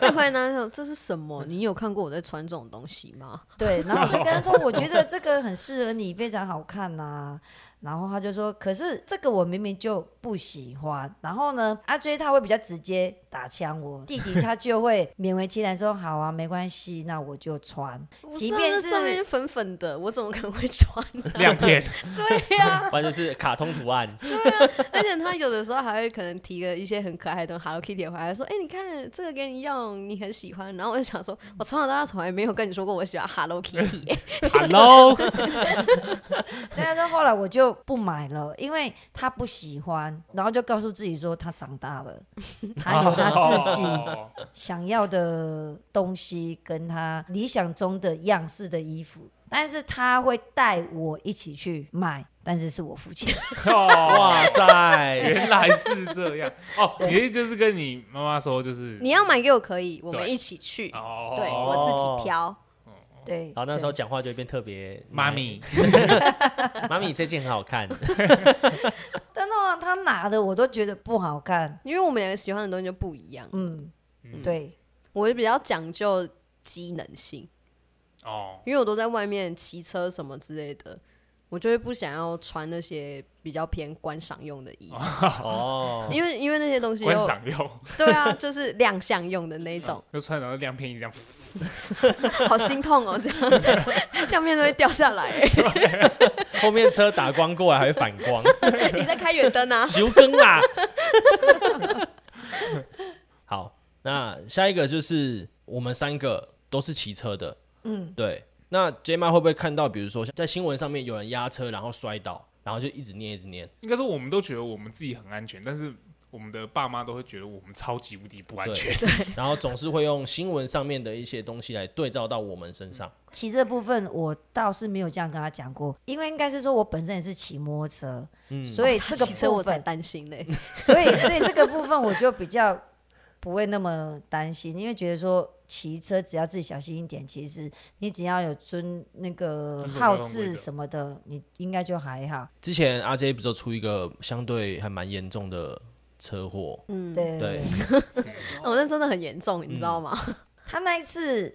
B: 他回来拿手，这是什么？你有看过我在穿这种东西吗？
D: 对，然后我就跟他说，我觉得这个很适合你，非常好看呐、然后他就说，可是这个我明明就不喜欢。然后呢，阿追他会比较直接打枪我，弟弟他就会勉为其难说，好啊，没关系，那我就穿。即便
B: 我知道这上面粉粉的，我怎么可能会穿？
A: 亮 片，
B: 对呀、
C: 完全是卡通图案，
B: 而且他有的时候还会可能提个一些很可爱的东西 Hello Kitty 回来，说：“哎、你看这个给你用，你很喜欢。”然后我就想
A: 嗯
B: 说，我从小到大从来没有跟你说过我喜欢 Hello Kitty，欸、
C: Hello，
D: 但是后来我就不买了，因为他不喜欢，然后就告诉自己说他长大了，他有他自己
A: 哦
D: 想要的东西，跟他理想中的样式的衣服，但是他会带我一起去买，但是是我付 钱。
C: 哇 塞，
A: 哦原来是这样哦。你的意思就是跟你妈妈说，就是
B: 你要买给我可以，我们
A: 对
B: 一起去，
A: 哦，
B: 对我自己挑。
D: 对，
C: 然后那时候讲话就会变特别
A: 妈，咪，
C: 妈咪这件很好看，
D: 对，但那他拿的我都觉得不好看。
B: 因为我们两个喜欢的东西就不一样，
D: 嗯，
A: 嗯
D: 对，
B: 我比较讲究机能性，
A: 哦，
B: 因为我都在外面骑车什么之类的，我就会不想要穿那些比较偏观赏用的衣服，
C: 哦，
B: 因为因为那些东西
A: 观
B: 又
A: 赏用，
B: 对啊，就是亮相用的那一种，
A: 就穿然后亮片一直这样，
B: 好心痛哦，这样 亮面都会掉下来。 欸
C: 后面车打光过来还会反光，
B: 你在开远灯啊？
C: 修更啦。 好，那下一个就是我们三个都是骑车的，嗯，对。那 J 妈会不会看到，比如说在新闻上面有人压车然后摔倒，然后就一直念一直念？
A: 应该说我们都觉得我们自己很安全，但是我们的爸妈都会觉得我们超级无敌不安全。
C: 然后总是会用新闻上面的一些东西来对照到我们身上。
D: 骑这部分我倒是没有这样跟他讲过，因为应该是说我本身也是骑摩托车，所哎以这个
B: 哦骑车
D: 部
B: 我才
D: 分，
B: 担心嘞。
D: 所以所以这个部分我就比较不会那么担心，因为觉得说骑车只要自己小心一点，其实你只要有遵那个
A: 遵守交通
D: 号
A: 规
D: 志
A: 则
D: 什么的，你应该就还好。
C: 之前 RJ 不是有出一个相对还蛮严重的车祸？
B: 嗯，
D: 对
C: 对，
B: 哦，那真的很严重，你知道
A: 嗯
B: 吗？
D: 他那一次，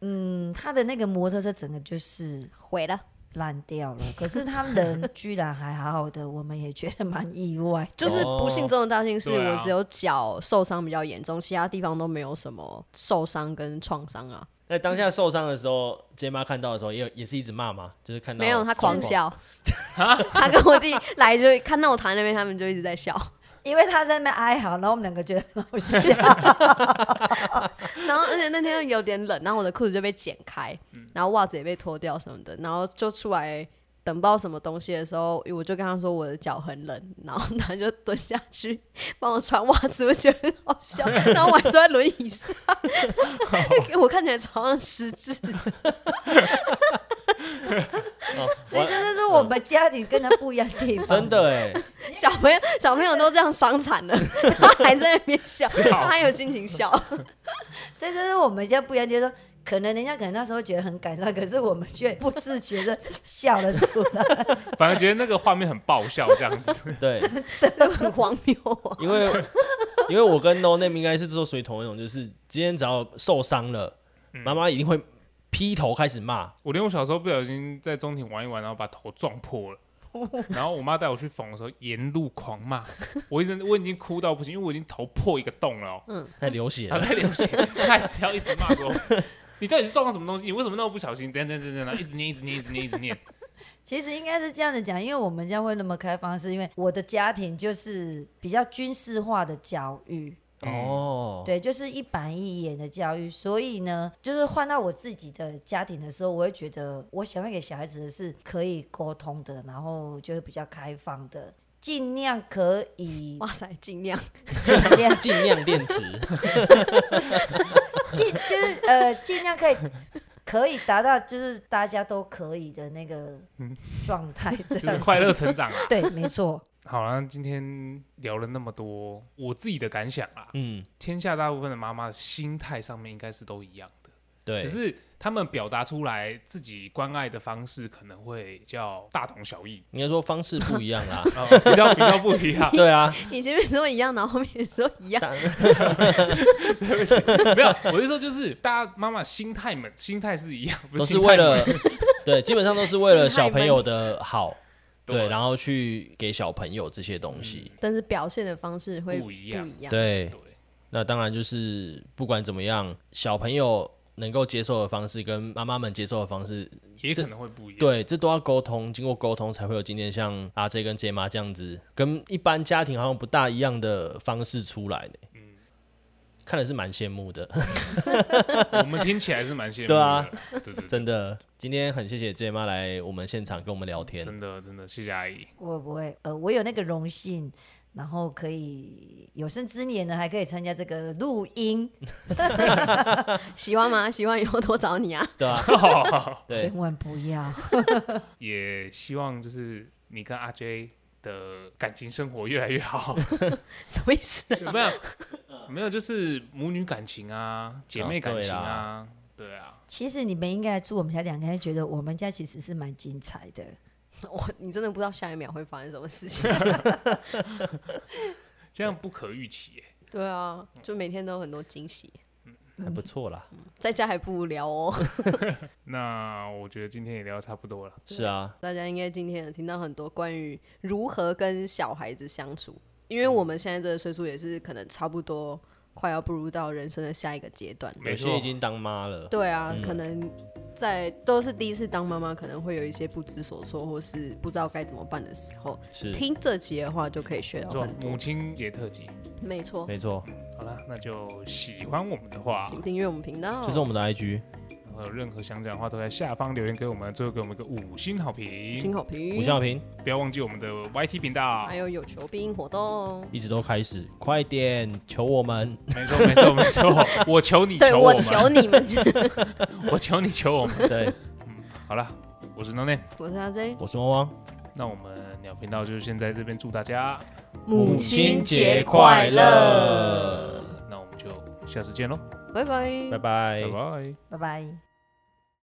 D: 嗯，他的那个摩托车整个就是
B: 毁了，
D: 烂掉了，可是他人居然还好好的，我们也觉得蛮意外。
B: 就是不幸中的大幸是
A: 对啊
B: 我只有脚受伤比较严重，其他地方都没有什么受伤跟创伤啊。
C: 那当下受伤的时候，J 妈看到的时候也有也是一直骂嘛，就是看到
B: 没有，他狂
C: 死亡。
B: 笑，他跟我弟来就看到我躺在那边，他们就一直在笑。
D: 因为他在那边哀嚎，然后我们两个觉得很好笑。
B: 然后而且那天又有点冷，然后我的裤子就被剪开，然后袜子也被脱掉什么的，然后就出来等不到什么东西的时候，我就跟他说我的脚很冷，然后他就蹲下去帮我穿袜子，我觉得很好笑，然后我还坐在轮椅上， 我看起来超像失智，
C: 哦
D: 所以这就是我们家里跟他不一样的地方。
C: 真，的哎，
B: 小朋友小朋友都这样伤残了， 他还在那边笑，他还有心情笑，
D: 所以这是我们家不一样，就是说，可能人家可能那时候觉得很感伤，可是我们却不自觉的笑了出来。
A: 反而觉得那个画面很爆笑这样子。
C: 对，
B: 很荒谬啊！
C: 因为因为我跟 No Name 应该是都属于同一种，就是今天只要受伤了，
A: 嗯
C: 妈妈一定会劈头开始骂，
A: 我连我小时候不小心在中庭玩一玩，然后把头撞破了。然后我妈带我去缝的时候，沿路狂骂，我一直我已经哭到不行，因为我已经头破一个洞了、哦，
C: 在流血
A: 还
C: 了。
A: 在流血，她还是要一直骂说， 你到底是撞到什么东西？你为什么那么不小心？怎样怎样怎样怎样，一直念一直念一直念一直念，
D: 其实应该是这样子讲，因为我们家会那么开放，是因为我的家庭就是比较军事化的教育，
A: 嗯
C: 哦，
D: 对，就是一板一眼的教育。所以呢，就是换到我自己的家庭的时候，我会觉得我想要给小孩子的是可以沟通的，然后就是比较开放的，尽量可以
B: 哇塞，尽量
D: 尽量
C: 尽量电池，
D: 尽就是呃，尽量可以可以达到就是大家都可以的那个状态，
A: 嗯
D: 这
A: 就是
D: 样
A: 快乐成长啊。
D: 对，没错，
A: 好了，那今天聊了那么多，我自己的感想啊，
C: 嗯，
A: 天下大部分的妈妈的心态上面应该是都一样的，
C: 对，
A: 只是他们表达出来自己关爱的方式可能会比较大同小 异，。
C: 应该说方式不一样啦。
A: 呃、比较比较不一样
C: 对啊，
B: 你前面说一样，然后后面也说一样，
C: 但
A: 没有，我是说就是大家妈妈心态们心态是一样， 不
C: 都是
A: 心态
C: 为
A: 们
C: 了 对，基本上都是为了
B: 心态
C: 小朋友的好，
A: 对啊
C: 对，然后去给小朋友这些东西。
B: 但是表现的方式会
A: 不一样
B: 不一样。
C: 对，
A: 对
C: 那当然就是不管怎么样，小朋友能够接受的方式跟妈妈们接受的方式，
A: 也可能会不一样。
C: 对，这都要沟通，经过沟通才会有今天像阿 J 跟 J 妈这样子，跟一般家庭好像不大一样的方式出来的。嗯，看的是蛮羡慕
A: 嗯
C: 的，
A: 我们听起来是蛮羡慕的。
C: 对啊
A: 对对对，
C: 真的。今天很谢谢 J 妈来我们现场跟我们聊天，
A: 真的真的，谢谢阿姨。
D: 我不会，呃，我有那个荣幸，然后可以有生之年呢，还可以参加这个录音，
A: 嗯
B: 喜欢吗？喜欢以后多找你啊。
C: 对吧、对
D: 千，万不要。
A: 也希望就是你跟阿 J 的感情生活越来越好。
B: 什么意思 啊？
A: 有 没有？没有，就是母女感情嗯啊，姐妹感情啊，对啊，
D: 其实你们应该住我们家两个人，觉得我们家其实是蛮精彩的。
B: 我你真的不知道下一秒会发生什么事情。
A: 这样不可预期耶、
B: 对啊，就每天都有很多惊喜，
C: 还不错啦。
B: 在家还不无聊哦。
A: 那我觉得今天也聊得差不多了，
C: 是啊，
B: 大家应该今天有听到很多关于如何跟小孩子相处，因为我们现在这个岁数也是可能差不多快要步入到人生的下一个阶段。
A: 没
C: 有
A: 错
C: 些已经当妈了，
B: 对啊，可能在都是第一次当妈妈，可能会有一些不知所措，或是不知道该怎么办的时候，
C: 是
B: 听这集的话就可以学到
A: 做
B: 很多
A: 母。亲节特辑。
C: 嗯
B: 没错，
C: 没错，
A: 好啦，那就喜欢我们的话，
B: 请订阅我们频道。
C: 就是我们的 IG
A: 然后有任何想讲的话，都在下方留言给我们，最后给我们一个五星好
B: 新
A: 评，
B: 好评
C: 五，星好评
A: 不要忘记我们的 YT 频道
B: 还。有有求必应活动。
C: 一直都开始，快点求我 们，
A: 没错，没错，没错，我求你
B: 对
A: 求我
B: 我
A: 们，
B: 求你 们，
A: 我求你求我们。
C: 对，
A: 好了，我是 No Name，
B: 我是阿 J，
C: 我是汪汪，
A: 那我们鸟频道就是先在这边祝大家，
C: 母亲节快乐
A: 呃那我们就下次见喽，
B: 拜拜
C: 拜拜
A: 拜拜。
D: 拜拜。